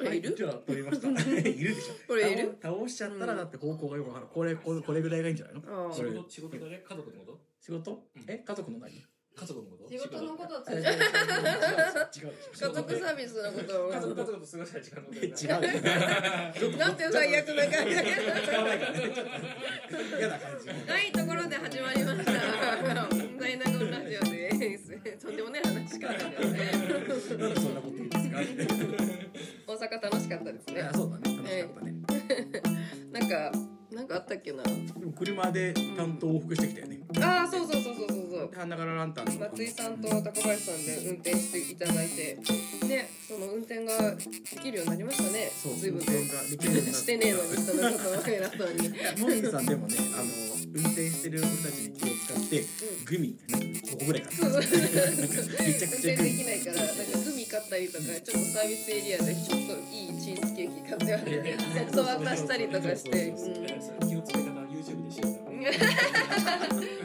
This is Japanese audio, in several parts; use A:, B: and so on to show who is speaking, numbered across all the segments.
A: れい
B: はいっ
A: る
B: ていうのは取りました いるでしょ
A: これいる
B: 倒倒しちゃったらだって方向がよくわからんこれこれこれぐらいがいいんじゃないの
A: ああ
B: そ
C: 仕
B: れ
C: 事仕事だね家族のこ
B: 仕事
C: うん
B: え家族の何違う
C: と家族のこと
D: 仕事のことを
B: 違う
D: 通じ
B: 違
D: て
B: う
A: 家族サービスのこと
C: 家族家
A: を
C: 族と過ごした時間のこと
B: 違う違う
A: なん て最悪な感じ
B: 使わないからね嫌な感じ
A: はいところで始まりました 「ダイナゴンラジオ」です とんでもね話し方ですね
B: なんでそんなこと言うんですか
A: 大阪楽しかったです
B: いや
A: ね
B: そうだね楽しかったね
A: なんかなんかあったっけな
B: でも車で担当往復してきたよね
A: ああそうそうそうそうそうそう
B: で花柄ランタンの
A: 松井さんと高橋さんで運転していただいてねその運転ができるようになりましたね
B: そう
A: 随分と
B: 運転ができるようになった
A: してねえのにそんなことを偉そうに
B: モーニングさんでもねあの運転してる俺たちに気を使って、グミここぐらいか
A: そう
B: な
A: そう
B: めちゃ
A: 運
B: くち
A: 転
B: ゃグ
A: で
B: ミ
A: きないからなんかグミ買ったりとかちょっとサービスエリアでちょっといいチーズケーキ買ってそう渡したりとかして、う
C: 気の付け方 YouTube でしようか
A: ん、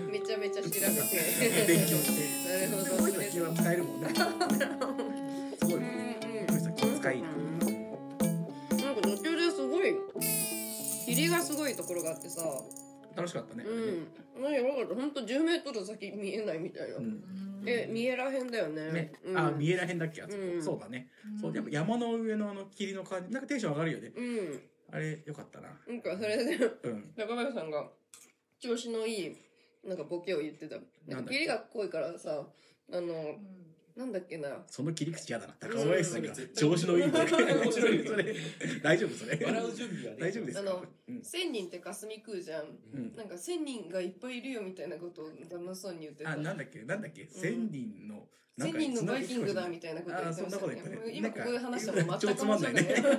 A: めちゃめちゃ調べて
B: 勉強して
A: なるほど
B: 森崎は使えるもんねすごいね森崎は使いいな
A: なんか途中ですごい霧がすごいところがあってさ
B: 楽しかったね、
A: うんなんやばかったほんと1 0ル先見えないみたいな、
B: うん
A: え見えらへんだよね
B: ね
A: うん、
B: あ見えらへんだっけあそこ、
A: うん
B: そうだねそうやっぱ山の上のあの霧の感じなんかテンション上がるよね
A: うん
B: あれよかったな
A: なんかそれで
B: うん
A: 中林さんが調子のいいなんかボケを言ってたなんか霧が濃いからさあのなんだっけな
B: その切り口嫌だな高林さんが
C: うん
B: 調子のいいね
C: 面白い
B: それ大丈夫それ
C: な笑う準備はね
B: 大丈夫ですか
A: あの
B: うん
A: 千人って霞食うじゃん
B: うん
A: なんか千人がいっぱいいるよみたいなことを騙そうに言ってた
B: あ、なんだっけ、なんだっけ、千人の。なんか
A: 千人のバイキングだみたいなこと言
B: あ、
A: って
B: そ
A: ま
B: ん
A: し
B: な
A: た
B: こと
A: ね
B: 言ったね。
A: 今ここで話しても
B: なんか超
A: 全く
B: つま
A: 面
B: んな
A: 白
B: い
A: くない
B: ね。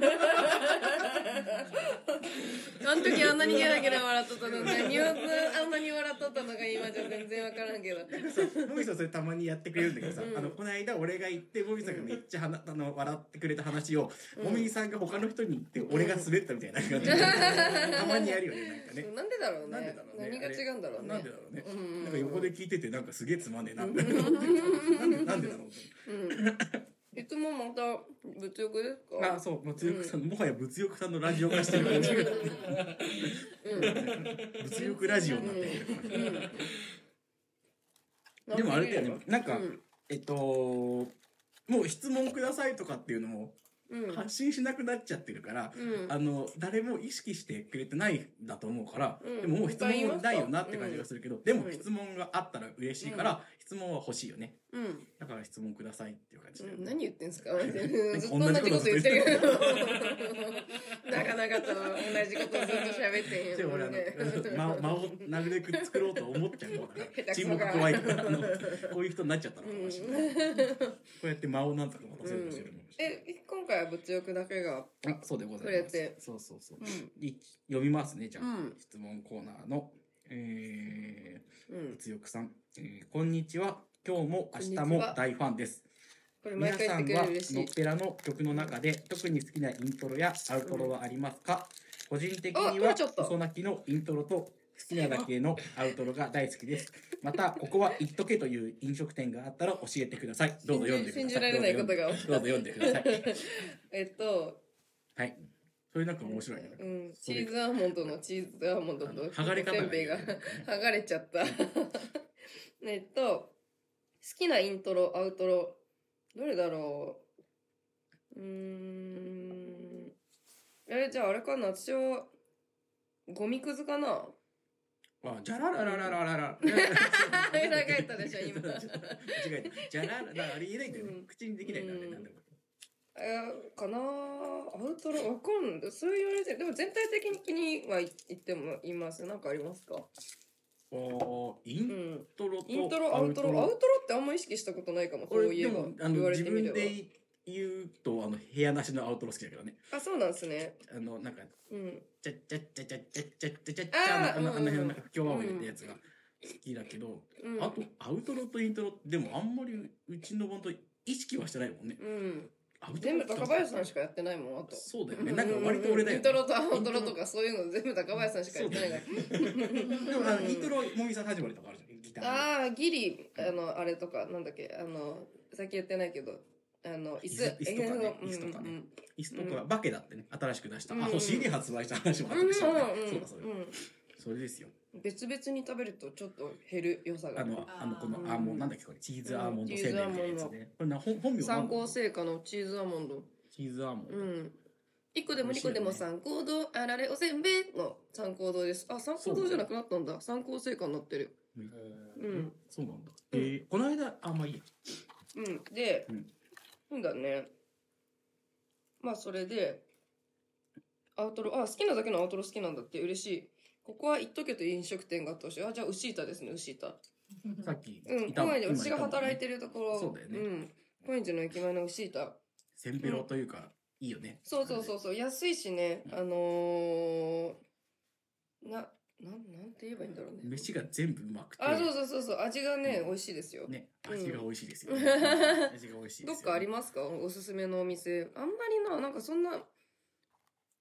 A: あの時あんなにゲラゲラ笑っとったのに、ニュアンスあんなに笑っとったのが今じゃ全然わからんけど。
B: そうもみさんそれたまにやってくれるんだけどさ、
A: うん
B: あのこの間俺が行ってもみさんがめっちゃはな、あの笑ってくれた話を、もみさんが他の人に言って俺が滑ったみたいな 感じで、たまにやるよねなんかね。
A: なんでだろう
B: なん
A: ね
B: でだろ。うね。
A: 何が違うんだろう
B: なん
A: ね
B: でだ。ろうね
A: うんうんうん。
B: なんか横で聞いててなんかすげえつまんねえなみたいな。なんでなんでだろう。
A: いつもまた物欲です
B: あ、
A: か
B: そう物欲さんもはや物欲さんのラジオ化してる感じが。 物欲ラジオになってる。でもあれだよね。。なんか、
A: うん
B: えっと、もう質問くださいとかっていうのも
A: うん。
B: 発信しなくなっちゃってるから、
A: うん
B: あの、誰も意識してくれてないんだと思うから、
A: うん
B: でももう質
A: いっぱいいま
B: 問
A: すか
B: ないよなって感じがするけど、で
A: う
B: も
A: ん
B: 質問があったら嬉しいから、質問は欲しいよね。
A: うん。
B: だから質問くださいっていう感じだよね。
A: 何言ってんすかずっと同じこと言ってるけど。 なかなかと同じことずっと喋ってん
B: で
A: よ。
B: 俺あ の、間間をなるべく作ろうと思っちゃう方だか
A: 下
B: ら、
A: 手くそ
B: 沈
A: が
B: 黙怖いから、あの、こういう人になっちゃったのかもしれない。こうやって間をなんとか持たせようとしてるのかもしれない。
A: え、今回は物欲だけが。
B: あ、そうでござ
A: こ
B: い
A: れや
B: ま
A: って
B: す。そうそうそう。
A: う
B: い読みますね、じゃあ、
A: うん
B: 質問コーナーの、え
A: ん。う
B: ー、
A: ん。
B: 物欲さん、えーこんにちは。今日も明日
A: こんに
B: も
A: ちは
B: 大ファンです。
A: これ毎
B: 皆
A: 回言
B: さ
A: っ
B: ん
A: てくれ
B: は、
A: る嬉し
B: のっ
A: い。
B: ぺらの曲の中で、特に好きなイントロやアウトロはありますか、個人的に
A: あ
B: は、
A: 取れちゃった
B: 細泣きのイントロと、好きなだけのアウトロが大好きです。また、ここは行っとけという飲食店があったら教えてください。どうぞ読んでください。
A: 信じられないことが
B: どうぞ読んでください。
A: えっと、
B: はい。それなんか面白いね。
A: うん、チーズアーモンドのチーズアーモンドと、
B: 剥がれ方が
A: せんべいが剥がれちゃった。えっと、好きなイントロ、アウトロ、どれだろううーん。え、じゃああれかな私は、ゴミくずかな
B: あ、じゃららららららら。
A: あれ長いったでしょ、今。
B: 間違えた。じゃららら、あれ言えないんだよね。
A: うん
B: 口にできないんだよね。
A: うん
B: なんでも
A: えーかなアウトロわかんない。そう言われてる。でも全体的にはい言ってもいます。なんかありますか
B: おーイ
A: う
B: ン
A: ん。
B: トロと
A: イントロ、アウトロ。アウトロってあんま意識したことないかも、そう
B: 俺
A: い
B: で
A: えば
B: も。あ
A: 言
B: の
A: われ
B: 自
A: てみ
B: 分
A: れば。
B: で言うとあの部屋なしのアウトロ好きだけどね。
A: あ、そうなんですね。
B: あのなんか
A: うん。
B: ちゃちゃちゃちゃちゃちゃちゃちゃちゃ
A: あー
B: あのあのあの
A: うんうん
B: 辺の不協和音ってやつが好きだけど、
A: うん。
B: あとアウトロとイントロってでもあんまりうちのバンド意識はしてないもんね。
A: うん。
B: アウトロ
A: 全部高林さんしかやってないもん、あと。
B: そうだよね。なんか割と俺だよね。
A: イントロとアウトロとかそういうの全部高林さんしかやってないから。
B: でもあのイントロもみさん始まりとかあるじゃんギターの。
A: ああー、ギリ、あの、あれとか、なんだっけ、あの、さっき言ってないけど、あの、椅子。
B: 椅子とかね
A: うん
B: 椅子とかね
A: うん
B: 椅子とかバケだってね、新しく出した。
A: うん
B: あ、星に発売した話もあっ
A: う
B: た
A: んうん
B: でしょうね。
A: うん
B: そうだ、それ。それですよ。
A: うん別々に食べるとちょっと減る良さ
B: あ
A: がある
B: の、あの、この
A: う、ん
B: あ、もうなんだっけ、これ、チーズアーモンドせんべいみたいなやつね。これな、本本名なん
A: 参
B: だろ
A: 考
B: う
A: 成果のチーズアーモンド
B: チーズアーモンド
A: う。ん1個でも
B: 美味
A: 2
B: しいよ
A: 個
B: ね
A: でも参考堂あられおせんべいの参考堂ですあ参考堂じゃなくなったんだ参考成果になってるう
C: うん
A: ん
B: そうなんだ。え
A: うん
B: ー、この間、あ、まあいいや。
A: うんで
B: うん
A: そうだねまあそれでアウトロあ好きなだけのアウトロ好きなんだって嬉しいここは行っとけという飲食店があってほしいあじゃあウシータですねウシータ
B: さっき、
A: うん、
B: いた
A: 高円寺、
B: 今いた
A: 私が働いてるところ、
B: そうだよね
A: ん、高円寺の駅前のシータ。
B: せんべろというか、いいよね。
A: そうそうそうそう、安いしね、あのー、な、なん、なんて言えばいいんだろうね。
B: 飯が全部うまくて。
A: あ、そうそうそうそう、味がね、
B: うん
A: 美味しいですよ。
B: ね、味が美味しいですよ、 ね
A: う
B: 味が美味しい
A: ど
B: で
A: っ
B: す
A: かあり
B: ま
A: ますか、おすすめのお店。あんまりな、なんかそんな。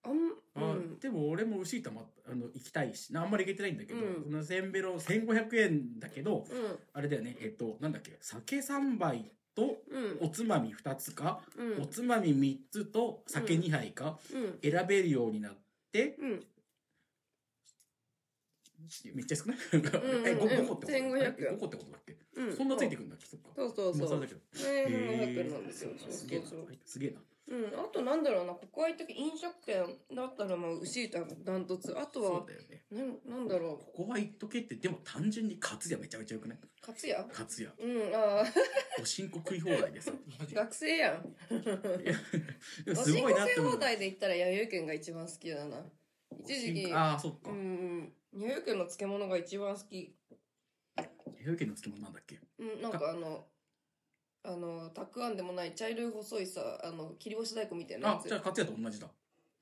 A: あん、
B: あ
A: うん。
B: でも俺も牛板もあの行きたいしなあんまり行けてないんだけど、
A: うん
B: そのせんべろ1500円だけど
A: うん、
B: あれだよねえっとなんだっけ酒3杯と
A: うん、
B: おつまみ2つか、
A: うん、
B: おつまみ3つと酒2杯か、
A: うん、
B: 選べるようになって
A: うん、
B: めっちゃ少ない、
A: んうん
B: え 5, 個ってこと
A: 1500
B: 五個ってことだっけ、
A: うん。
B: そんなついてくるんだっけそっか
A: そうそう
B: ま
A: そ
B: あそう
A: う。
B: だ
A: ね、
B: けど
A: 500円なんですよ。
B: へー
A: そう
B: す
A: そ
B: げえ
A: う
B: な
A: そう。
B: すげえな
A: うん、あとなんだろうな、ここは行って飲食店だったらまあ牛板ダントツ。あと
B: そ
A: は
B: う、だよね
A: なんなんだろ、
B: ここは行っとけってでも単純にカツ屋めちゃめちゃよくないう
A: かつや
B: カツ屋
A: うん、ああ、
B: おしんこ食い放題でさ。
A: 学生やん。
B: で
A: お
B: も
A: し
B: す
A: ん
B: ご
A: こ
B: いなって
A: 食い
B: 思
A: 放
B: う。
A: 題で言ったら弥生県が一番好きだな。一時期、
B: ああ、そっか
A: う。ん、弥生県の漬物が一番好き。
B: 平家の漬物なんだっけ
A: うん、なんかあの、あの、たくあんでもない茶色い細いさ、あの、切り干し大根みたいなや
B: あ、
A: つ
B: じゃ。あ、カツヤと同じだ。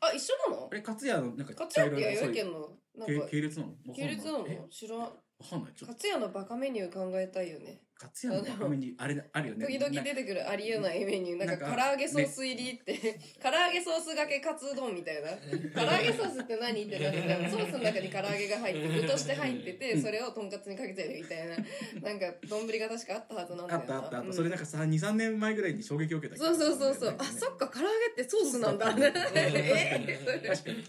A: あ、一緒なの
B: あれ、カツヤのなんか
A: かつやって
B: 細
A: 弥生
B: い
A: 県の、なん
B: 系
A: か、
B: 系列なのわかん
A: 系
B: ない
A: 列なの
B: え
A: 知らん。
B: わかんない。ちょっ
A: か
B: と、
A: つやのバカメニュー考えたいよね。
B: カツヤの画面に、あれ、あるよね。
A: 時々出てくるありえないメニュー。なん
B: な
A: か、
B: ん
A: 唐
B: か
A: 揚げソース入りって、唐揚げソースがけカツ丼みたいな。唐揚げソースって何ってなってたソースの中に唐揚げが入って、具として入ってて、それをとんかつにかけちゃうみたいな。なんか、丼が確かあったはずなんだ
B: あ
A: よ
B: っ
A: な。
B: たあったあっ
A: う
B: た。
A: ん
B: それなんかさ、2、3年前ぐらいに衝撃を受けた気
A: そ
B: が
A: う
B: する
A: そうそうそ
B: な
A: う。
B: ん
A: あ、
B: かね
A: そっか、唐揚げってソースなんだ。
B: そうだ
A: えー
B: 確かに。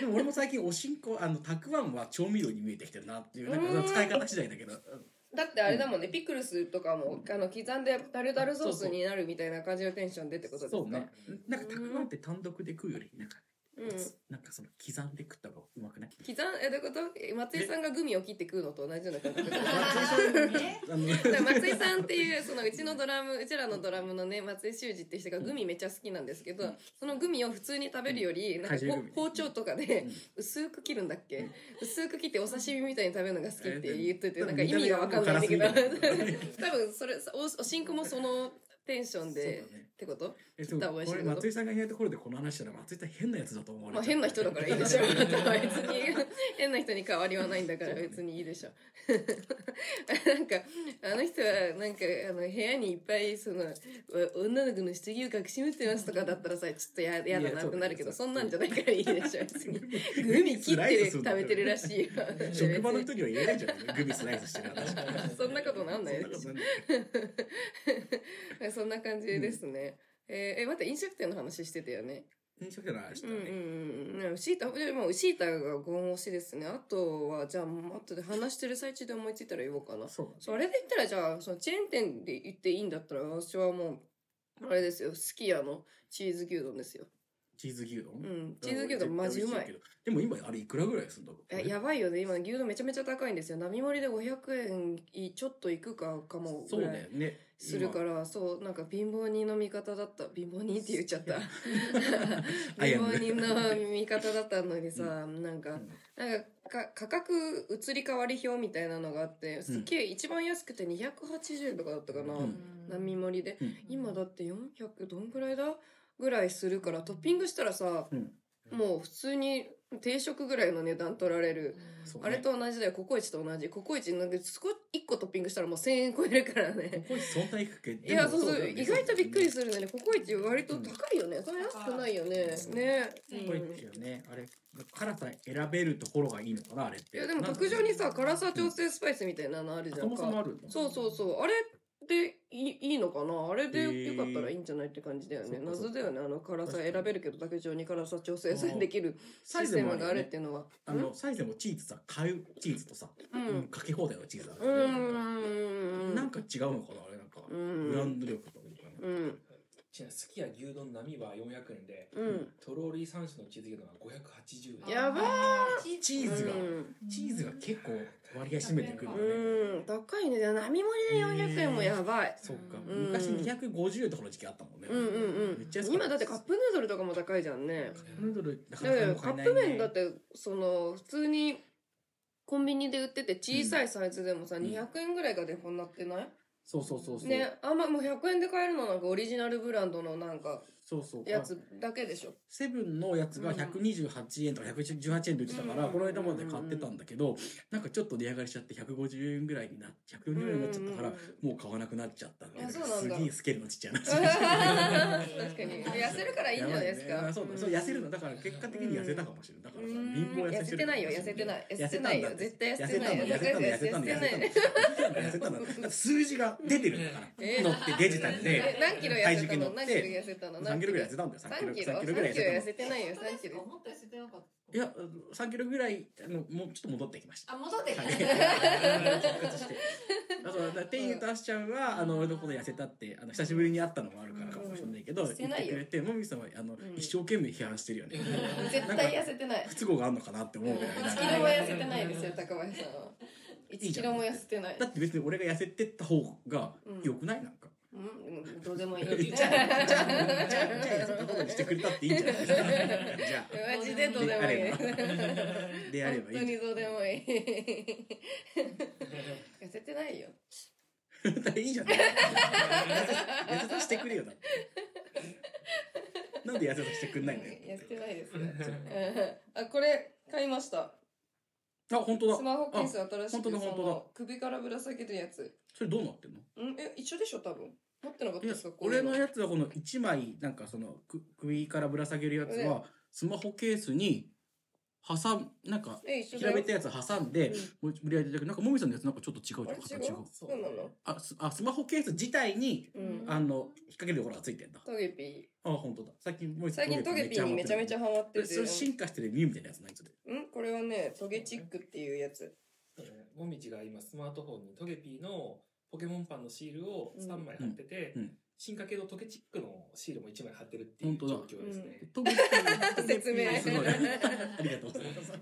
B: でも俺も最近おしんこ、あの、たくあんは調味料に見えてきてるなっていう、なんか使い方次第だけど。
A: だってあれだもんね、ピクルスとかも、あの、刻んでタルタルソースになるみたいな感じのテンションでってことですか
B: そうね。なんかたくあんって単独で食うより、なんか、
A: うん。
B: なんかその刻んで食った方がうまくない
A: 刻ん、え、どういうことえ松井さんがグミを切って食うのと同じような感覚。
B: あの
A: だから松井さんっていうそのうちのドラムうちらのドラムのね松井修二って人がグミめっちゃ好きなんですけど、
B: うん
A: そのグミを普通に食べるより、なんか
B: 果汁
A: こ
B: グミ
A: 包丁とか
B: う
A: で
B: ん
A: 薄く切るんだっけ、
B: うん
A: 薄く切ってお刺身みたいに食べるのが好きって言ってて
B: うん
A: なんか意味が分かんないんだけど
B: 見
A: 多
B: た目はもうガラスみたい
A: 分それおおしんこもそのテンションで
B: そうだね
A: ってこと
B: えそう
A: 切った方が美味しい
B: これ松井さんがいないところでこの話したら松井さん変なやつだと思われ
A: まあ変な人だからい いでしょ
B: う
A: 別に変な人に変わりはないんだから別にいいでしょ なんかあの人はなんかあの部屋にいっぱいそのう女の子の下着を隠し持ってますとかだったらさちょっとややだなってなるけど
B: いやそ
A: そう
B: だよ
A: んなんじゃないからいいで しょ別にグミ切ってる食べてるら
B: い
A: しいよ
B: 職場の人には言えないじゃんグミスライスしてる話
A: そんなことなんない
B: そんなことなんない
A: そんな感じですね、えーえ待って飲食店の話してたよね
B: 飲食店の話
A: う
B: だ
A: んうん
B: ね
A: うんうんねシータでもシータがゴン推しですねあとはじゃあ後で話してる最中で思いついたら言おうかな
B: そう
A: それで言ったらじゃあそのチェーン店で言っていいんだったら私はもうあれですよすき家のチーズ牛丼ですよ
B: チーズ牛
A: う
B: 丼
A: んチーズ牛丼マジうまい
B: でも今あれいくらぐらいするんだろう
A: えやばいよね今牛丼めちゃめちゃ高いんですよ並盛りで500円ちょっといくかかも
B: そうねね
A: するからそうなんか貧乏人の味方だった貧乏人って言っちゃった
B: I
A: 貧
B: am
A: 乏人の味方だったのにさ、なんか
B: ん
A: なんかか価格移り変わり表みたいなのがあってすっげえ一番安くて280円とかだったかな、
B: うん
A: 並盛りで
B: うん
A: 今だって400どんくらいだぐらいするからトッピングしたらさ、
B: うん
A: もう普通に定食ぐらいの値段取られる、
B: そうね
A: あれと同じだよココイチと同じココイチなんか少1個トッピングしたらもう1000円超えるからね
B: ここに存在くけ
A: いや、そうそう、
B: だよね
A: 意外とびっくりするね。ココイチ割と高いよね。そんな安くないよね。
B: うん
A: ね。う
B: これ
A: ん
B: ですよね。あれ、辛さ選べるところがいいのかな、あれって。
A: いや、でも
B: なんか
A: 特上にさ、辛さ調整スパイスみたいなのある
B: あ
A: じゃ
B: そ
A: ん
B: もそもあ
A: か。
B: るんだ
A: そうそうそう。あれ、でいいいいのかなあれ
B: へ
A: で
B: ー
A: よかったらいいんじゃないって感じだよね、
B: そっかそっか
A: 謎だよねあの辛さ
B: 確かに
A: 選べるけど竹状に辛さ調整さえできる
B: サイ
A: シス
B: ゼ
A: テ
B: も
A: ム
B: あ
A: があ
B: る
A: る
B: よ
A: っ
B: ね
A: ていうのは
B: あのサイゼもチーズさ買うチーズとさ、
A: う
B: うん
A: ん
B: かけ放題のチーズだか
A: う
B: らね
A: ん
B: なんか違うのかなあれなんか、
A: うん
B: ブランド力とかいうかね
A: うん
C: ちなみに好きや牛丼並は400円で、
A: うん
C: とろり3種のチーズ牛丼は580円。
A: やばー
D: ー
B: チーズが
A: うん
B: チーズが結構割合占めてくるんだね、
A: うん高いねでも並盛りで400円もやばい
B: そっか、
A: うん
B: 昔250円とかの時期あったもんね、
A: うんうん
B: めっち
A: う
B: ゃ
A: ん
B: 安か
A: 今だってカップヌードルとかも高いじゃんね
B: ヌードルなか
A: だ
B: な
A: か
B: からも買え
A: カッ
B: ない
A: プ
B: ね
A: 麺だってその普通にコンビニで売ってて小さいサイズでもさ、
B: うん
A: 200円ぐらいがデフォになってない、
B: そうそうそうそう、
A: ねあんまもう100円で買えるのなんかオリジナルブランドのなんか
B: そうそう
A: やつだけでしょ
B: セブンのやつが128円とか118円で売ってたから、
A: うん
B: この間まで買ってたんだけどなんかちょっと値上がりしちゃって150円ぐらいになっ140円 になっちゃったから、
A: うんうん
B: もう買わなくなっちゃったっていう
A: あそうなんだ
B: すげえスケールのちっちゃい話
A: 確かに痩せるからいいんじゃないです
B: やば
A: か
B: ねそうだそう痩せるのだから結果的に痩せたかもしれないだからさ
A: うん
B: 貧乏痩せ
A: 痩せ
B: て
A: て
B: るか
A: な
B: もしれ
A: いよ痩せてない痩せて
B: た
A: なんい
B: だ
A: よ絶
B: 痩
A: 対痩
B: せた
A: せてない
B: の痩
A: よ
B: せたの痩
A: 痩
B: せ
A: せ
B: たの痩せたの
A: てない
B: 痩せたのだから数字が出てるんだか
A: え
B: ら乗ってデジタルで
A: え何キロ痩せたの何
B: 体
A: キ
B: 重
A: ロ
B: 計乗っ
A: 痩せたの
B: て3キロぐらい痩せ
A: た
B: たんだよ3
A: 3
B: キロ3キロぐらい痩せたの
A: キロ3キロ痩せてないよ3キロ
D: もっと痩せてなかった
B: いや、3キロぐらい、あの、もうちょっと戻ってきました。
D: あ戻ってきた
B: はい復活して。だから、だっていうとあしちゃんは、あの、俺のこと痩せたって、あの、久しぶりに会ったのもあるからかもしれないけど、
A: うん
B: 言ってくれて、もみじさんは、あの、
A: ん
B: 一生懸命批判してるよね。
A: 絶対痩せてない
B: 不都合があるのかなって思うぐらい
A: 1
B: なん
A: キロも
B: か。
A: 痩せてないですよ高林さんは1キロも痩せてない
B: だって別に俺が痩せてった方が
A: うん
B: 良くないなんか。
A: うんでもどうでもいい
B: じゃあ、じゃあ、じゃあ、痩せたことにしてくれたっていいんじゃないですか。じゃあ。
A: マジでどうでもいい
B: であればい
A: 本当に
B: い。
A: どうでもいい痩せてないよ
B: いいじゃない。痩せさせてくれよだって。なんで痩せさせてくんないんだよ。
A: 痩せてないですようんあこれ買いました
B: あ、本当だ。
A: スマホケース新
B: 本
A: しくそ
B: 当だ本当だ
A: の首からぶら下げるやつ
B: それどうなってんの？
A: んえ一緒でしょ多分持ってなかった
B: いや
A: ですかこれ
B: 俺のやつはこの一枚なんかそのく首からぶら下げるやつはスマホケースに挟んなんか
A: え一緒だ
B: 平
A: よ
B: べったいやつ挟んで
A: うん
B: 無理やりだけどなんかもみさんのやつなんかちょっと違う
A: あれ
B: じゃん
A: 違
B: 形が
A: う。そうなの
B: あすあスマホケース自体に
A: うん
B: あの引っ掛けるところがついてんだ。
A: トゲピ
B: あ、本当だ。最近もみ
A: ー
B: さん
A: 最近トゲピーにめちゃめち
B: ゃ
A: ゃハマっ
B: ハマって
A: て
B: る。え
A: て
B: それ進化してるミュウみたいなやつないそれ。
A: うんこれはねトゲチックっていうやつ
C: もみじが今スマートフォンにトゲピーのポケモンパンのシールを3枚貼ってて、
B: うんうん
C: 進化系のトケチックのシールも1枚貼ってるっていう状
B: 本当だ
C: 況ですね。
B: トゲピートゲピ
A: 説明
B: ーすごいありがとうございます。
A: うん
B: っ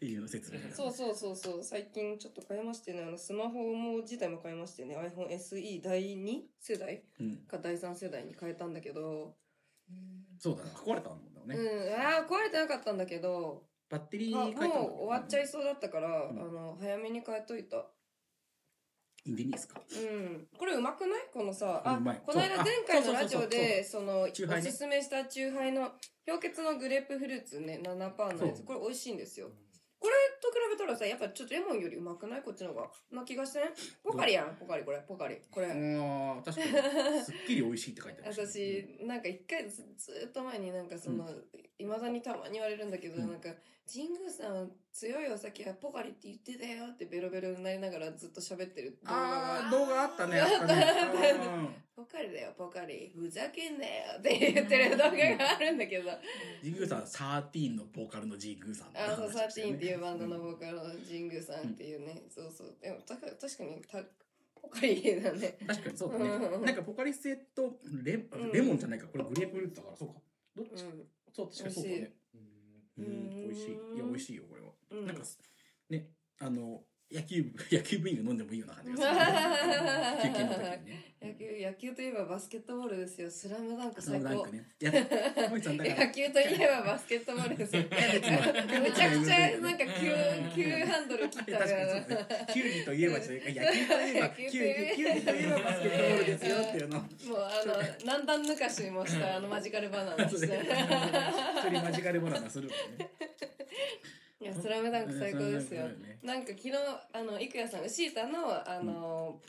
B: ていう説明。
A: そうそうそうそう最近ちょっと買いましてねあのスマホも自体も買いましてね iPhoneSE 第2世代
B: うん。
A: か第3世代に変えたんだけど
B: そうだな。壊れたもんだよ
A: う
B: ね。
A: んあー壊れてなかったんだけど
B: バッテリー
A: あもう
B: 変えたの
A: 終わっちゃいそうだったから、
B: うん
A: あの早めに変えといた
B: いいんでいいですか
A: うんこれうまくないこのさあ
B: うまい
A: この間
B: そうあ
A: 前回のラジオでそのお
B: チューハイね
A: すすめしたチューハイの氷結のグレープフルーツね7%のや
B: そ
A: つ
B: う
A: これ美味しいんですよと比べたらさやっぱちょっとレモンよりうまくないこっちの方がな気がしてんポカリやんポカリこれポカリこれ
B: ああ、確かに。すっきり美味しいって書いてある。
A: 私なんか一回ずずっと前になんかそのいま、未だにたまに言われるんだけど、
B: うん
A: なんか「神宮さん強いお酒はポカリって言ってたよ」ってベロベロになりながらずっと喋ってる動画
B: あ
A: が
B: あ、動画あったね。
A: あったね
B: うん
A: 「ポカリだよポカリふざけんなよ」って言ってる動画があるんだけど、
B: ジングーさん、サーティーンのボーカルのジングーさんの
A: あそう
B: 話
A: サ
B: で
A: ー
B: したよね
A: ティーンっていうバンドのボーカルの神宮さんっていうね、そうそうでもた確かにたポカリだね
B: 確かにそうだね
A: うん。
B: なんかポカリスエットレ、
A: うん
B: レモンじゃないか。これグレープフルーツだから、そうか。どっ
A: う
B: ち
A: ん
B: そう、確かにそうだね。う
A: 美味
B: ん、美味
A: しい
B: しい。いや、美味しいよ、これは。
A: うん
B: なんか、ね、あの、野球部、 野球部員が飲んでもいいような感じがす る。休憩の時にね。
A: 野球、野球といえばバスケットボールですよ。スラムダンク
B: その
A: 最
B: なん
A: 高
B: か。ね。いや、もみさんだから
A: 野。球といえばバスケットボールですよ。めちゃくちゃなんか急、急ハンドル切っ
B: 確か
A: たか
B: にそう
A: ら。
B: ですね。キュウリといえばというか、野球と いえば、キュウリ、キュウリといえばバスケットボールですよっていうのを、
A: もうあの、何段抜かしもしたあのマジカルバナナで
B: そ
A: す
B: れ
A: ね。
B: 一人マジカルバナナするもんね。
A: いや、ス ラムダンク最高ですよ
B: そ。んな
A: なんか昨日、あの、いくやさん、シータの、あの、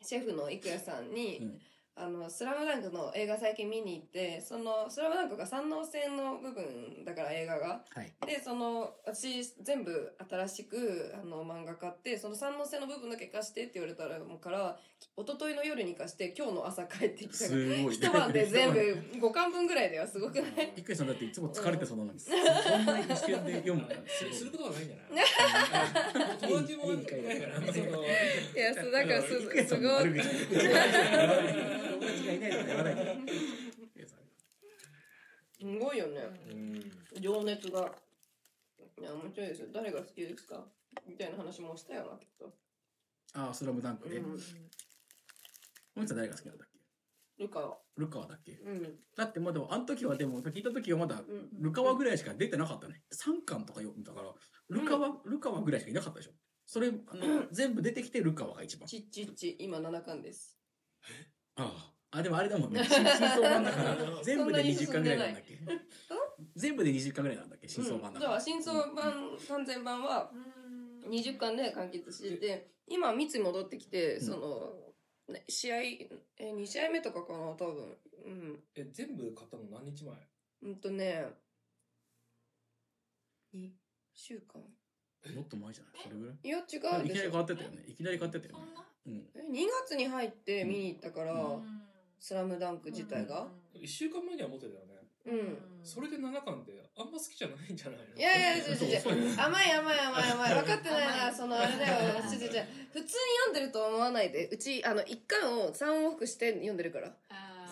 A: シェフのいくやさんに、
B: うん
A: あの、スラムダンクの映画最近見に行って、その、スラムダンクが三能線の部分だから映画が。
B: はい。
A: で、その、私、全部新しく、あの、漫画買って、その三能線の部分だけ貸してって言われたら、もうから、一昨日の夜に貸して、今日の朝帰ってきたから。
B: すごい。
A: 一晩で全部5巻分ぐらいだよ、すごくない
B: びっくりしただっていつも疲れてそうなのに、そんな一瞬で読むから。
C: することとはないんじゃない友達もいないから、その、
A: いや、そう、だから、す、
B: 郁恵
A: す
B: さんの
A: ご
B: 悪
A: い。
B: 口。友達がいないとか言わないから。郁恵さん
A: すごいよね。
C: うん。
A: 情熱が。いや、面白いですよ。誰が好きですかみたいな話もしたよな、きっと。
B: ああ、スラムダンクね。
A: うん
B: おみさん誰が好きなんだっけ
A: ルカは。
B: ルカワだっけ
A: うん。
B: だってまだ、あの時はでも、聞いた時はまだ、
A: うん。
B: ルカワぐらいしか出てなかったね。3巻とか読んだから、ルカワ、ルカワぐらいしかいなかったでしょ。それ、あの、全部出てきてルカワが一番。
A: ちっちっち、今七巻です。
B: ああ。あ、でもあれだ もんね。真相版だから、全部で20巻ぐらいなんだっけ全部で20巻ぐらいなんだっけ真相版
A: うん
B: だ
A: じ
B: か
A: ゃあ、
B: ら。
A: 真相版、完全版は20巻で完結してて、今、三つ戻ってきて、
B: ん
A: その、ね試合、え、2試合目とかかな、多分。うん。
C: え、全部買ったの何日前
A: うんとね、2週間
B: もっと前じゃないそれぐらい
A: いや、違
B: なん
A: う
B: かい
A: で
B: きな
A: し
B: り変。
A: ょ
B: わってたよね。いきなり変わってたよね。うん。
A: え2月に入って見に行ったから「
B: うん
A: スラムダンク自体が、
C: ?1 週間前には持ってたよね。
A: うん
C: それで7巻ってあんま好きじゃないんじゃないの
A: いやいや違う違う
B: そうそう
A: 違う甘い甘い甘い甘い分かってない
D: 甘
A: ないそのあれだよ違う違う違う普通に読んでるとは思わないでうちあの1巻を3往復して読んでるから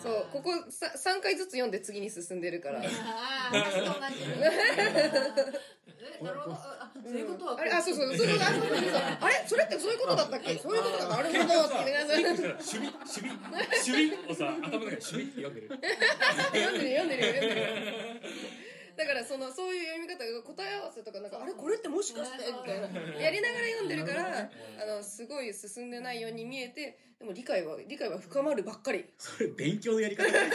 A: そうここ 3, 回ずつ読んで次に進んでるから
D: あー私と同じえなるほどあそういうことは
A: あれあそうそうそういうことあそういうことそうあれそれってそういうことだったっけそういうことだったあれほどって言いながら
C: 守備、守備、守備をさ、頭の中で守備って読んでる。
A: 読んでる読んでる読んでるだからそのそういう読み方が答え合わせとかなんかあれこれってもしかしてみたいな やりながら読んでるからあのすごい進んでないように見えてでも理解は理解は深まるばっかり
B: それ、勉強のやり方だよ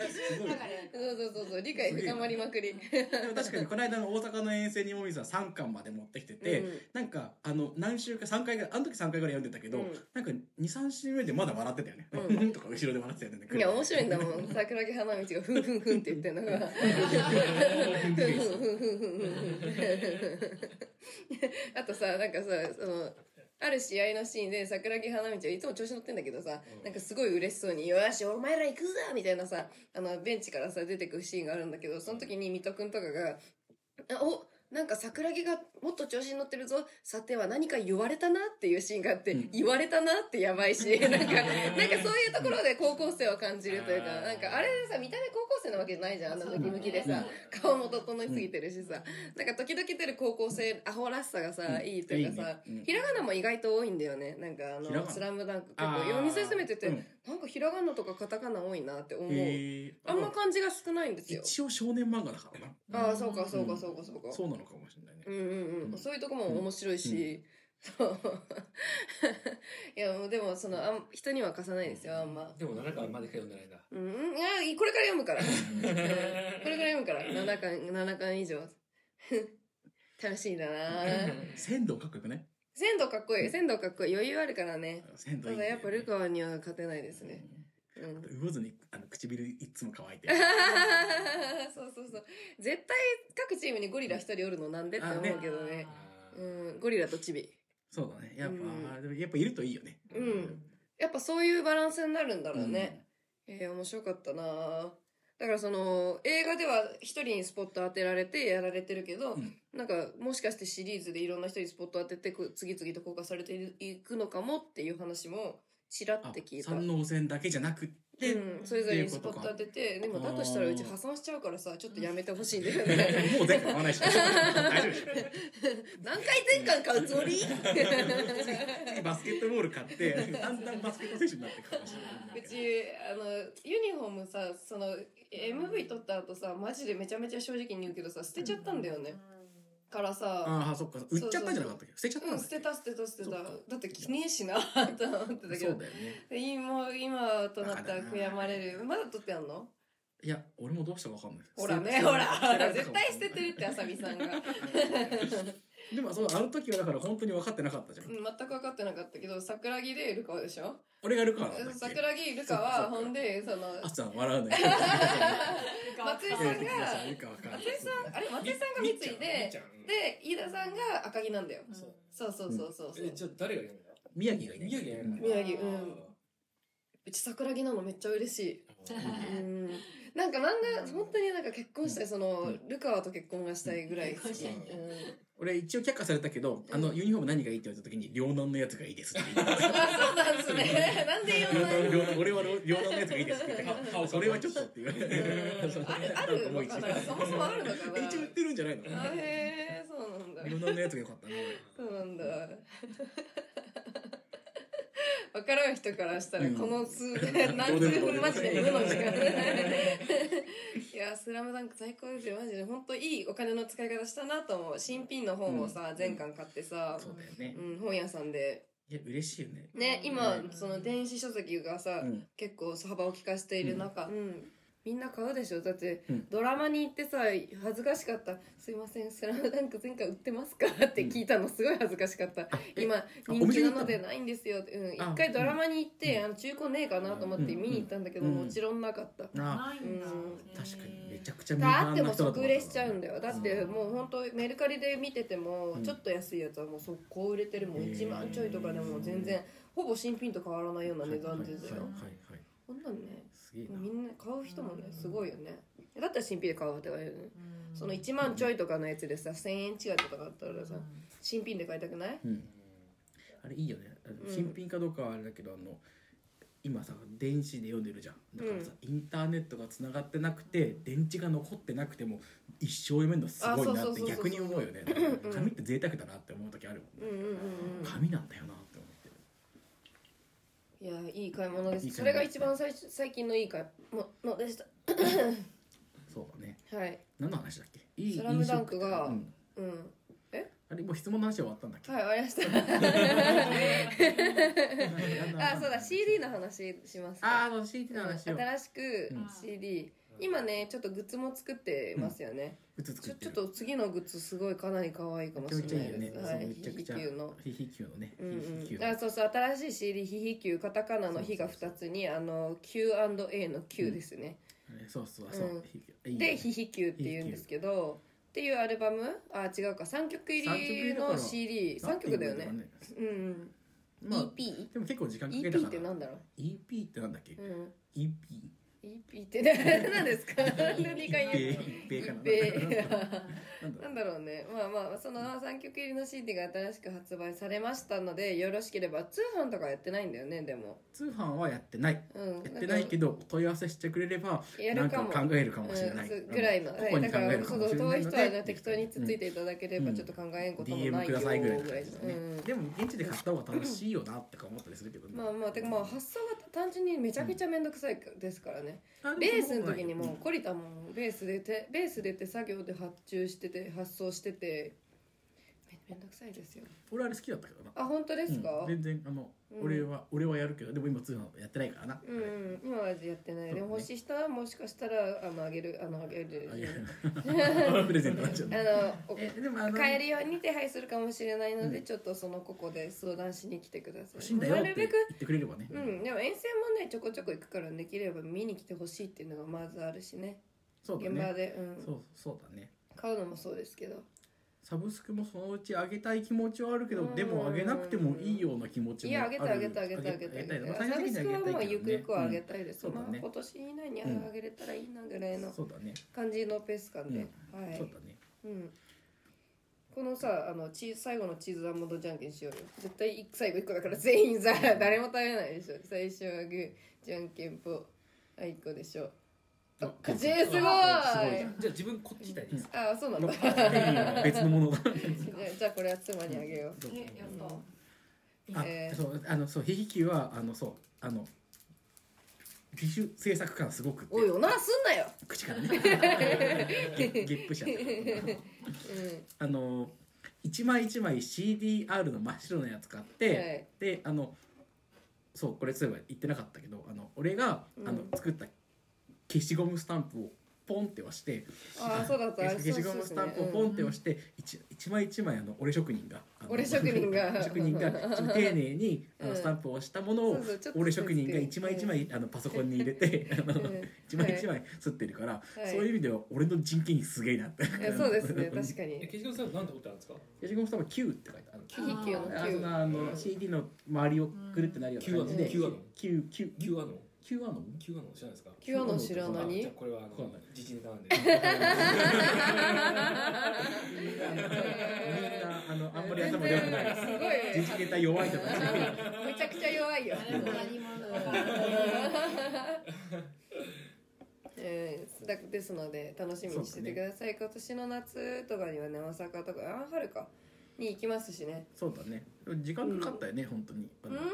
B: すごい。
A: そうそうそうそう理解深まりまくり
B: でも確かにこの間の大阪の遠征にもみさん3巻まで持ってきてて、なんかあの何週か3回ぐらいあの時3回ぐらい読んでたけど、
A: うん
B: なんか23週目でまだ笑ってたよね「
A: うん
B: うん」とか後ろで笑ってたよね
A: うん、いや面白いんだもん桜木花道がふんふんふんって言ってるのがふんふんふんふんふんふんふんあとさなんかさそのある試合のシーンで桜木花道はいつも調子乗ってんだけどさ、
C: うん
A: なんかすごい嬉しそうに「よーしお前ら行くぞ!」みたいなさあのベンチからさ出てくるシーンがあるんだけどその時に水戸くんとかが「あおなんか桜木がもっと調子に乗ってるぞさては何か言われたな」っていうシーンがあって「
B: うん
A: 言われたな」ってやばいしなんかなんかそういうところで高校生を感じるというか
C: あー
A: なんかあれさ見た目高校生なわけじゃないじゃんあんなムキムキで
B: そう
A: さ
B: ね
A: 顔も整いすぎてるしさなんか時々出る高校生アホらしさがさ
B: うん
A: いいというかさ
B: いいねうん
A: ひらがなも意外と多いんだよねなんかあ
B: ひらが
A: の「
B: な
A: スラムダンク結
B: あ
A: 構
B: ー
A: 読み進めてて
B: うん
A: なんかひらがなとかカタカナ多いなって思う
B: へー
A: あんま漢字が少ないんですよ
B: 一応少年漫画だからな、
A: ああそうかそうかそうかそうか
B: そうなのかもしれないね
A: うんうん
B: う
A: うんん、そういうとこも面白いし、そう いやもうでもそのあん人には貸さないですよあんま、
C: でも7巻までしか読んでないんだ。
A: うんうん、いやこれから読むからこれから読むから7巻七巻以上楽しいんだな
B: 鮮度かっこよくね
A: 鮮度かっこいい鮮度かっこいい余裕あるからね
B: 鮮
A: た
B: 度いい、
A: だ
B: ね、
A: やっぱルカワには勝てないで
B: です
A: ね、、うん
B: 魚津にあの唇いっつも乾いて
A: そうそうそう絶対各チームにゴリラ一人おるのなんでって思うけどねうん、ゴリラとチビ
B: そうだねやっぱ、
A: うん
B: あーでもやっぱいるといいよね
A: うんやっぱそういうバランスになるんだろうね、えー面白かったなぁだからその映画では一人にスポット当てられてやられてるけど、
B: うん
A: なんかもしかしてシリーズでいろんな人にスポット当ててこう次々と公開されていくのかもっていう話もちらっ
B: あ
A: て聞いた。
B: 三能線だけじゃなくって、
A: うん、それぞれにスポット当ててでもだとしたらうち破産しちゃうからさちょっとやめてほしいんだよね
B: もう全部買わないでしょ大丈夫でしょ
A: 何回全巻買うつもり
B: 次バスケットボール買ってだんだんバスケット選手になっていくかもし
A: う
B: れ
A: ち
B: ない
A: あのユニフォームさその MV 撮った後さマジでめちゃめちゃ正直に言うけどさ捨てちゃったんだよね、からさ
B: ああそっか売っちゃったんじゃなかったっけ捨てちゃったん
A: う
B: だ
A: ん、
B: っ
A: 捨
B: け
A: てた捨てた捨てた
B: そっ
A: だ
B: か
A: って記念しなと思ってたけ
B: そう
A: ど
B: だよね
A: で今今となったら悔やまれるまだ取ってあんの
B: いや俺もどうしたかわかんない
A: ほらねほらほら絶対捨ててるってあさみさんが
B: でもそのあの時はだから本当に分かってなかったじゃん。
A: うん全く分かってなかったけど桜木でルカワでしょ
B: 俺がルカワなんだっけ
A: 桜木ルカ
B: そっ
A: は
B: かそっか
A: ほんでその
B: あっちゃん笑う ね。
A: 松井さんが
B: ルカワか。
A: 松井さんあれ松井さんが三
C: み
A: 井でで飯田さんが赤木なんだよ
D: うん
C: そう
A: そうそうそうそうそう
C: えじゃあ誰がやるんだ
B: 宮城がいない。
C: 宮城がやるんだ
A: 宮城うんうち桜木なのめっちゃ嬉しいうんなんか漫画本当になんか結婚したいその、
B: うん
A: ルカワと結婚がしたいぐらい好き、
B: うん
A: うん
B: 俺一応却下されたけど、あのユニフォーム何がいいって言われた時 に両男のやつがいいですって言っ
A: あそうなんですねなんで言わないの
B: た。俺は両男のやつがいいですって言 ったから、それはちょっとって言われて。
A: あるあるのかなそもそもあるのかな
B: 一応売ってるんじゃないの？
A: あへえそうなんだ
B: 両男のやつが良かったね。
A: そうなんだ。わからん人からしたら、
B: うん
A: こ の数
B: う
A: 年、何
B: ど
A: 数
B: うでもどうで
A: 分
B: も
A: マジで無の時間。 いや、スラムダンク最高ですよ。マジで、本当いいお金の使い方したなと思う。新品の本をさ、
B: うん
A: 全巻買ってさ、
B: そうだよね
A: う。ん、本屋さんで。
B: いや嬉しいよね。
A: ね、今
B: う、ん
A: その電子書籍がさ、
B: うん。
A: 結構幅を利かしている中、うんみんな買うでしょだって、
B: うん
A: ドラマに行ってさ恥ずかしかった「すいませんスラムダンク前回売ってますか?」って聞いたのすごい恥ずかしかった「
B: え
A: 今
B: お
A: 人気
B: 店に行った
A: なの
B: の
A: でないんですよ」ってうん、
B: あ
A: 一回ドラマに行って、
B: うん
A: あの中古ねえかなと思って
B: うん
A: 見に行ったんだけど、
B: うん
A: もちろんなかった。
B: あ
D: ないんだ
A: うん
B: 確かにめちゃくちゃミーハ
A: だ
B: ー
A: って
B: な
A: もう
B: 人だと思
A: 即売れしちゃうんだよだって
D: うん
A: もう本当メルカリで見てても
B: うん
A: ちょっと安いやつはもう速攻売れてるもう1万ちょいとかでも全然ほぼ新品と変わらないような値段です
B: はいはい
A: よ
B: はいはい。
A: こんなんね
B: すげえな。
A: みんな買う人もねすごいよねだったら新品で買うって言われるよね
D: うん
A: その1万ちょいとかのやつでさ1000円違いとかだったらさ新品で買いたくない
B: うん。あれいいよね。あの
A: うん
B: 新品かどうかはあれだけど、あの今さ電子で読んでるじゃん。だからさ、インターネットが繋がってなくて電池が残ってなくても一生読めるのすごいなっ
A: あそう
B: て
A: そうそうそう
B: 逆に思うよね。
A: うん
B: 紙って贅沢だなって思う時ある
A: う
B: も
A: ん
B: ん
A: う
B: ね。
A: んうん
B: 紙なんだよなって思ってる。
A: うんいやいい買い物で
B: い
A: す
B: い買い物
A: それが一番最初最近のいい買い物でした
B: そうだね。
A: はい
B: 何の話だっけ？いい
A: スラムダンクが
B: 飲食うん
A: うん
B: あれもう質問の話終わったんだっけ？
A: はい終わりました あそうだ CD の。話します
B: あ
A: か
B: あの CD の話を。
A: 新しく
B: うん
A: CD 今ねちょっとグッズも作ってますよね
B: うつ作
A: ち
B: っ
A: ょ
B: て
A: ちょっ
B: る。
A: と次のグッズすごいかなり可愛いかもしれ
B: めちゃめちゃいいよ
A: ない
B: ね
A: ですはい
B: めちゃくちゃ
A: PQ の
B: ヒヒキューのね。
A: うん
B: ヒヒキ
A: う
B: ュ
A: ん、あ
B: ー。
A: そうそう新しい CD「ヒヒキュー」カタカナの「ヒ」が2つにあの Q&A の「Q」ですね、
B: そうそうそう。ヒヒキューいいよ
A: で「
B: ね
A: ヒヒキュー」って言うんですけどっていうアルバムあ違うか3曲入りの CD3 曲だよね。うん、うん
B: まあ、
A: EP?EP
B: でも結構時間かけたから。
A: ってなんだろ
B: EP ってなんだっけ
A: う、うん
B: ?EP。
A: EP って何で すか何回言うの
B: 一平かな。なんだろ
A: な
B: う。
A: んだろうねまあまあその3曲入りの CD が新しく発売されましたのでよろしければ通販とかやってないんだよねでも、
B: 通販はやってない。
A: うん、
B: やってないけど、お問い合わせしてくれれば、
A: や
B: な
A: る
B: ん
A: か
B: か
A: も
B: 考えるかもしれない。
A: うん、ぐらいの、
B: ここに考
A: だか
B: え
A: ら
B: る
A: そ
B: か
A: う
B: もしれ
A: 遠
B: ないい
A: 人
B: の
A: はね
B: で、
A: 適当につついていただければ
B: うん
A: ちょっと考えんこともないよ
B: DM くださいぐらいの
A: ぐらい
B: 感
A: の
B: じです
A: う
B: ね
A: ん。
B: でも、現地で買った方が楽しいよなってか思ったりするけどね。
A: まあまあてかまあ発想が単純にめちゃくちゃ面倒くさいですからね
B: あ
A: ベースの時にもう、コリタもベースでてベースで手作業で発注してて発送しててめめんどくさいですよ
B: 俺あれ好きだったけどな。
A: あ本当ですか、
B: うん全然、あの、
A: うん
B: 俺は、俺はやるけど、でも今通販やってないからな。
A: うんうん、今はやってない、でも欲しい人はもしかしたらあのあげるあのあげる
B: あい やプレゼントになっちゃう
A: あ
B: ね。
A: のお
B: え、でもあの、
A: 買えるように手配するかもしれないので、
B: うん
A: ちょっとそのここで相談しに来てくださ
B: 欲し
A: い
B: いんだよ
A: な
B: って
A: る
B: 言
A: べ
B: っ
A: く
B: てくれればね。
A: うん、でも遠征もねちょこちょこ行くからできれば見に来てほしいっていうのがまずあるしね
B: そうだ
A: 現場
B: ね。
A: で、う
B: そ
A: ん、
B: う、そうだね。
A: 買うのもそうですけど
B: サブスクもそのうち上げたい気持ちはあるけ
A: う
B: ど
A: ん、
B: でも上げなくてもいいような気持ち
A: い
B: も
A: や
B: あ
A: あ
B: る。
A: げたあげたあげたあげたあげ
B: まあ
A: た
B: 最
A: サ
B: 終
A: ブ
B: 的に
A: ス
B: は
A: クは
B: あげたいけ
A: もうゆ
B: ど
A: くゆくはあげ
B: ね。
A: たいです、
B: うんそう
A: ま
B: だ
A: あ
B: ね
A: 今年以内に
B: うん
A: あげれたらいいなぐらいの
B: そうだね。
A: 感じのペース感で、はい
B: そうだね。
A: うんこのさあのチー最後のチーズアーモンドじゃんけんしようよ絶対一最後1個だから全員さ誰も食べないでしょ最初はグーじゃんけんぽんあ1個でしょあ勝ちえすごい
C: じゃあ自分こっちいたいです
A: あそうなんだ じ
B: 別のものだ。
A: ゃじゃあこれは妻にあげよ
B: そう
D: えやった
B: あ
A: えー
B: そうあのそうひひきはあのそうあの美術制作感すごくって
A: うおいおならすんなよ、
B: 口 からねゲッゲップしちゃったあ
A: う
B: の一枚一枚 CDR の真っ白なやつ買って、
A: ん、はい
B: であのそうこれそういえば言ってなかったけどあの俺が、
A: うん
B: あの作った消しゴムスタンプをポンって押して
A: ああそうだった
B: 消しゴムのスタンプをポンって押して一一枚一枚あの俺職人があの
A: 俺職人 が
B: 職人がちょっと丁寧にあ
A: う
B: の
A: ん
B: スタンプを押したものを
A: そうそうちょっと
B: 俺職人が一枚一枚あのパソコンに入れて あの一枚一枚吸ってるから
A: はい
B: そういう意味では俺の人件費すげえなって
A: いやそうですね確か
C: え、
A: に
C: ケジコさんなんてことあるんですか
B: 消しゴムスタンプは Q って書いてある
A: キヒキヨの
B: あ
A: キ
B: そん
A: ュー
B: なあ
C: う
B: の
C: ん
B: CD の周りをくるってなるような感じで
A: うん
C: Q アノン
B: Q Q
C: ?Q アノン
B: Q アノン
C: ?Q アノン知らないですか
A: キュアの知らな
C: あじゃ
A: い
C: あこれはあの
B: わかんない
C: 自治ネタなんで。
B: みんなあのあんまり頭良く ないです
A: すごい
B: 自治ネタ弱いとか
A: めちゃくちゃ弱いよ
D: あれも何者だ
A: えーだですので楽しみにしててください、今年の夏とかにはね大阪とかあ春かに行きますしね
B: そうだね時間かかったよね、本当にあ
A: う
B: の
A: ん
B: 本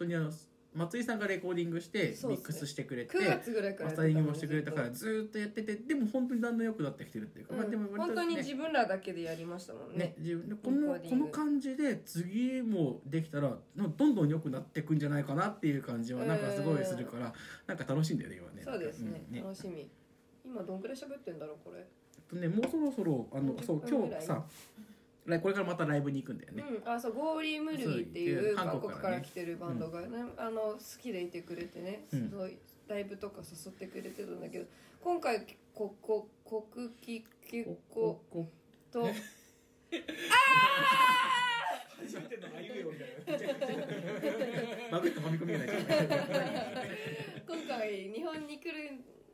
B: 当にあの松井さんがレコーディングしてミ
A: そうっすね
B: ックスしてくれて
A: 9月ぐらいから
B: マス
A: やって
B: タ
A: た
B: リ
A: の
B: ング
A: に
B: もしてくれたからずーっとやっててでも本当にだんだん良くなってきてるっていうか、まあ、でも
A: うん
B: 割
A: 本
B: と
A: 当に
B: ね
A: 自分らだけでやりましたもんね
B: ね、自分でこの
A: レコーディ
B: こ
A: ング
B: の感じで次もできたらなんかどんどん良くなっていくんじゃないかなっていう感じはなんかすごいするから、なんか楽しいんだよね今ね
A: そうですね,、
B: うんね
A: 楽しみ今どんくらい喋ってんだろうこれ、
B: とねもうそろそろあの
A: 40
B: そう
A: 分
B: 今
A: ぐらい
B: 日さ来これからまたライブに行くんだよね、
A: うんあそうゴーリー・ムルギってい
B: そ
A: う
B: う
A: 韓
B: 韓
A: 国
B: 国
A: か
B: からね
A: ら来てるバンドが、ねあの好きでいてくれてね
B: う
A: す
B: ん
A: ごいライブとか誘ってくれてたんだけど今回ここ国旗結構
B: ここ
A: と
C: 初めてのあゆよみたいな。
B: バグッとはみ込みがないじゃ ない
A: 今回日本に来る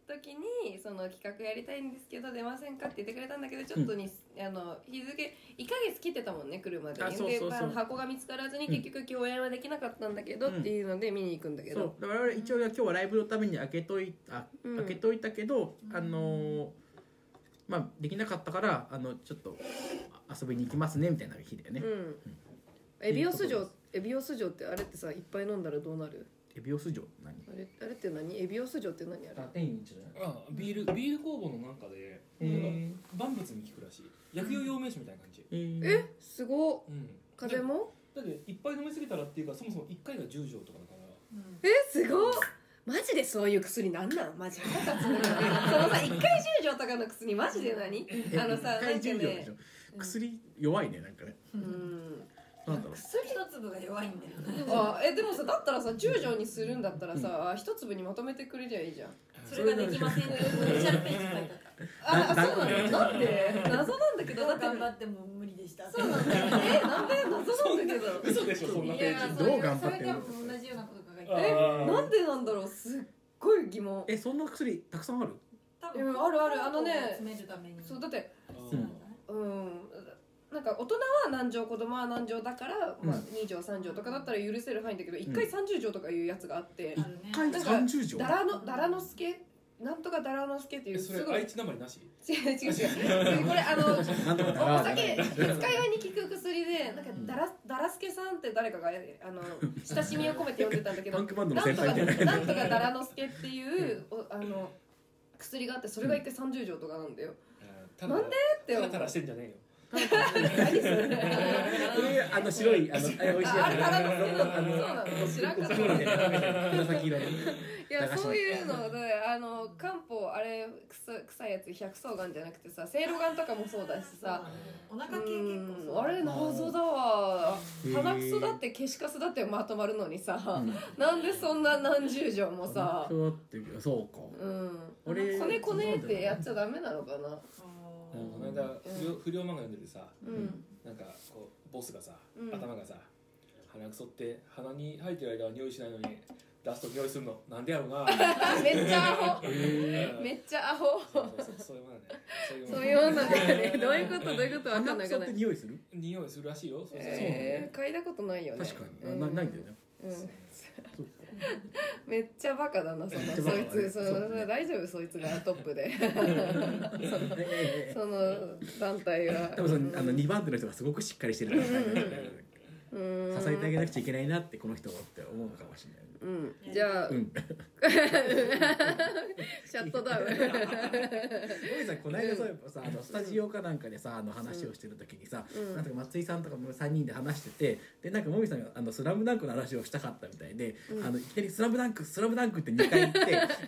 A: 時にその企画やりたいんですけど出ませんかって言ってくれたんだけどちょっとに、あの日付1ヶ月切ってたもんね来るまで
B: あ
A: に
B: そうそうそう
A: でまあ箱が見つからずに
B: うん
A: 結局共演はできなかったんだけど、
B: うん
A: っていうので見に行くんだけ
B: そ
A: ど
B: うだから我々一応今日はライブのために開けといあ、
A: うん
B: 開けといたけどあのーまあできなかったからあのちょっとあ遊びに行きますねみたいな日だよね、
A: うんエビオス
B: いい
A: 城
B: こ
A: エビオス城ってあれってさいっぱい飲んだらどうなる
B: エビオス城何
A: あれあれって何エビオス城って何あれ
B: 天一じゃない
C: あ、ビールビール工房のなんかで、
B: え
C: 万物に効くらしい。薬用養命酒みたいな感じ。
B: え
A: すごっ
C: うん。
A: 風も
C: だっていっぱい飲みすぎたらっていうかそもそも一回が十錠とかだから。
D: うん
A: えすごっマジでそういう薬なんなんマジ腹立つなそのさ一回十錠とかの薬マジで何あのさ
B: 一回
A: なんか
B: 10
A: ね
B: 錠でしょ薬弱いねなんかね
A: うん
B: なんだろう
D: 薬の粒が弱いんだよね
A: あえでもさだったらさ十錠にするんだったらさ一粒にまとめてくれりゃいいじゃん
D: それができませんってシャーペンに書いてあっ
A: あ
D: た
A: あ
B: だ
A: そうなんだなんで謎なんだけどだって
D: 頑張っても無理でした
A: そうなんだよえなんで謎なんだけど
C: 嘘でしょそんなページ。
B: ージどう頑張っても
D: それでも同じようなことが書いてある
C: え
A: なんでなんだろうすっごい疑問
B: えそんな薬たくさんある
D: 多
A: いやあるあるあのね
D: 詰めるために
A: そうだって
B: うん
A: うんなんか大人は何錠子供は何錠だから、まあ
B: うん、
A: 2錠3錠とかだったら許せる範囲だけど1回30錠とかいうやつがあって、
D: あるね
B: 一回
A: なんか
B: 30錠
A: だらのだらのすけなんとかだらのすけってい
C: え
A: う
C: そ
A: す
C: れ
A: ごい違
C: 愛
A: う
C: 知なまりなし。
A: 違う違うこれあの
B: なんとかだら
A: お酒二日酔いに効く薬でなんか
B: ん
A: だらだらすけさんって誰かがあの親しみを込めて呼んでたんだけど
B: パンクバンドの
A: なん
B: 先輩
A: とか
B: みたいな
A: なんとかだらのすけっていうおあの薬があってそれが1回30錠とかなんだよなん
C: で？
A: って
C: タ
A: 思
C: ラ
A: う
C: タラしてんじゃねえよ。
A: 何そ れ
B: これあの白いあのあれ美味しい
A: ああれ
B: や
A: だらのすけなのそうなの知らんかった
B: つ紫色の
A: いや
B: 流します
A: そういうのであの漢方あれ臭臭いやつ百草丸じゃなくてさせいろがんとかもそうだしさ
D: お腹系結構
A: う
D: そ
A: んあれ謎だわ
B: へー
A: 鼻くそだって消しカスだってまとまるのにさ、
B: うん
A: なんでそんな何十錠もさ
B: そうってそうか
A: うんこ
B: 俺
A: ねこねってやっちゃダメなのかな
C: あのこの間不良不良漫画読んでてさ。
A: うん
C: なんかこうボスがさ、
A: うん
C: 頭がさ鼻くそって鼻に入ってる間は匂いしないのに出すと匂いするのなんでやろう な
A: あめっちゃアホ
C: うん
A: めっちゃアホ
C: そうそうそうそういうもんだねそういう
A: そういうもんなんだよねどうい
C: もん
A: うことどういうことわかんな
B: 鼻
A: い
B: くそ
A: か
B: っ
A: な
B: て
A: い
B: 匂いする
C: 匂いするらしいよそうそうそう、
A: えー、嗅いだことないよね
B: 確かになないんだよね
A: うんうん
B: そう
A: めっちゃバカだなそん
B: め
A: な
B: っち
A: そ
B: ゃバカだ
A: い
B: ね
A: つその
B: そうね
A: 大丈夫そいつがトッ プで
B: え
A: その団体は
B: え多分そのあの2番手の人がすごくしっかりしてるから
A: うん
B: 支えてあげなくちゃいけないなってこの人はって思うのかもしれない
A: うんじゃあ、
B: うん
A: シャットダウン
B: ロイさんこの間そういえばさあのスタジオかなんかでさあの話をしてる時にさ
A: うん
B: なんか松井さんとかも3人で話しててでなんかもみさんがあのスラムダンクの話をしたかったみたいで、
A: うん
B: あのいきなりスラムダンクスラムダンクって2回言って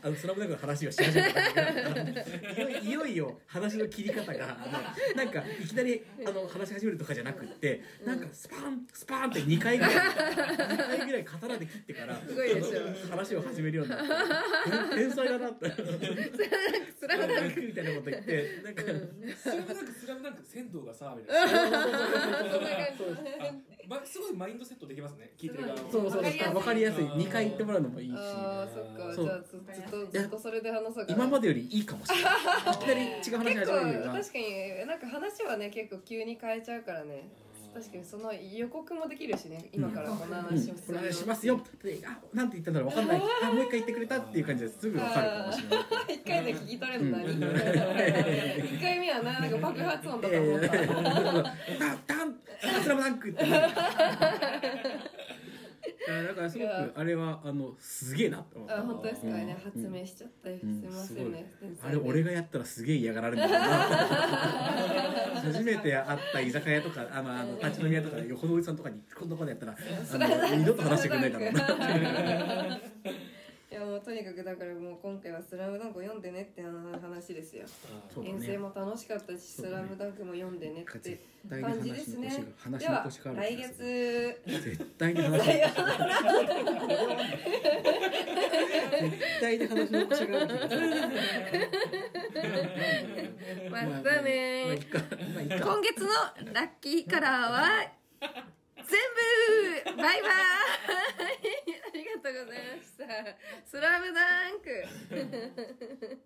B: あのスラムダンクの話をし始めたんだけどあのいよいよよ話の切り方があのなんかいきなりあの話し始めるとかじゃなくって
A: うん
B: なんかスパンスパンって2回ぐらい2回ぐらい刀で切ってから
A: すごいですよ
B: あの話を始めるようになって 天才だなって
A: スラムダンク
B: みたいなこと言ってなんか、
A: うん
C: スラムダンクスラムダンク銭湯がさみたい な
A: そうそう
C: あま、すごいマインドセットできますね聞いてる側も
B: そうそうそうわかりやすい
C: わかりやすい
B: 2回言ってもらうのもいいし
A: あーそっか
B: そう
A: じゃあずずっとずっとそれで話そうかな
B: 今までよりいいかもしれないいきなり違う話始める
A: 結
B: より
A: 構
B: は
A: 確かになんか話はね結構急に変えちゃうからね確かにその予告もできるしね今からこの
B: うん
A: 話をす
B: こ
A: る
B: の
A: の、
B: 話しますよであなんて言ったんだろうわかんないあもう一回言ってくれたっていう感じですぐわかるかもしれない
A: 一回で聞き取れるの
B: うん
A: 何 一回目はななんか爆発音だと思った、
B: えーダンダンスラムダンクってなるいやだからすご
A: いや
B: くあれはあのすげえなと思っ
A: あ
B: た
A: 本当ですかね、
B: うん
A: 発明しちゃったりすい
B: ん
A: ませんね、
B: あれ俺
A: が
B: がやったらすげえ嫌がられるんだろうな初めて会った居酒屋とかあのあの立ち飲み屋とかで横のおじさんとかにこんなことやったらあの二度と話してくれないだろうな
A: いやもうとにかくだからもう今回は「スラムダンクを読んでねって話ですよ、
B: そうだね
A: 遠征も楽しかったし「
B: そ
A: ス
B: うだね
A: ラムダンクも読んでねっ
B: 絶
A: て
B: 対に話の腰が話
A: で
B: の
A: は
B: 腰がある
A: 来
B: 気がする
A: 月
B: 絶対に話し絶対に話の腰がある気がする
A: またね
B: まあいいかまあいいか
A: 今月のラッキーカラーは全部バイバイ ありがとうございました。スラムダンク